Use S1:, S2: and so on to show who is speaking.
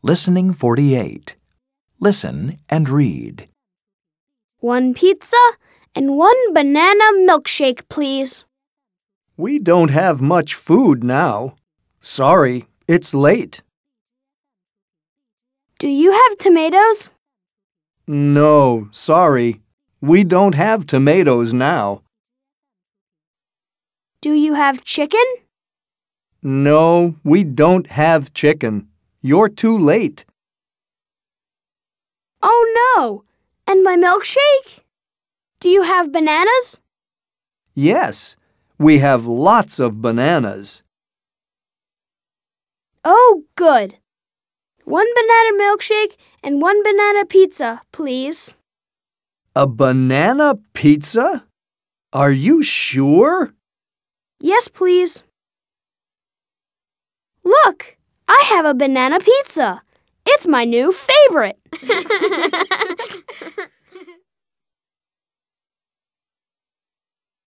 S1: Listening 48. Listen and read.
S2: One pizza and one banana milkshake, please.
S3: We don't have much food now. Sorry, it's late.
S2: Do you have tomatoes?
S3: No, sorry. We don't have tomatoes now.
S2: Do you have chicken?
S3: No, we don't have chicken. You're too late.
S2: Oh no! And my milkshake? Do you have bananas?
S3: Yes, we have lots of bananas.
S2: Oh, good. One banana milkshake and one banana pizza, please.
S3: A banana pizza? Are you sure?
S2: Yes, please. Look, I have a banana pizza. It's my new favorite.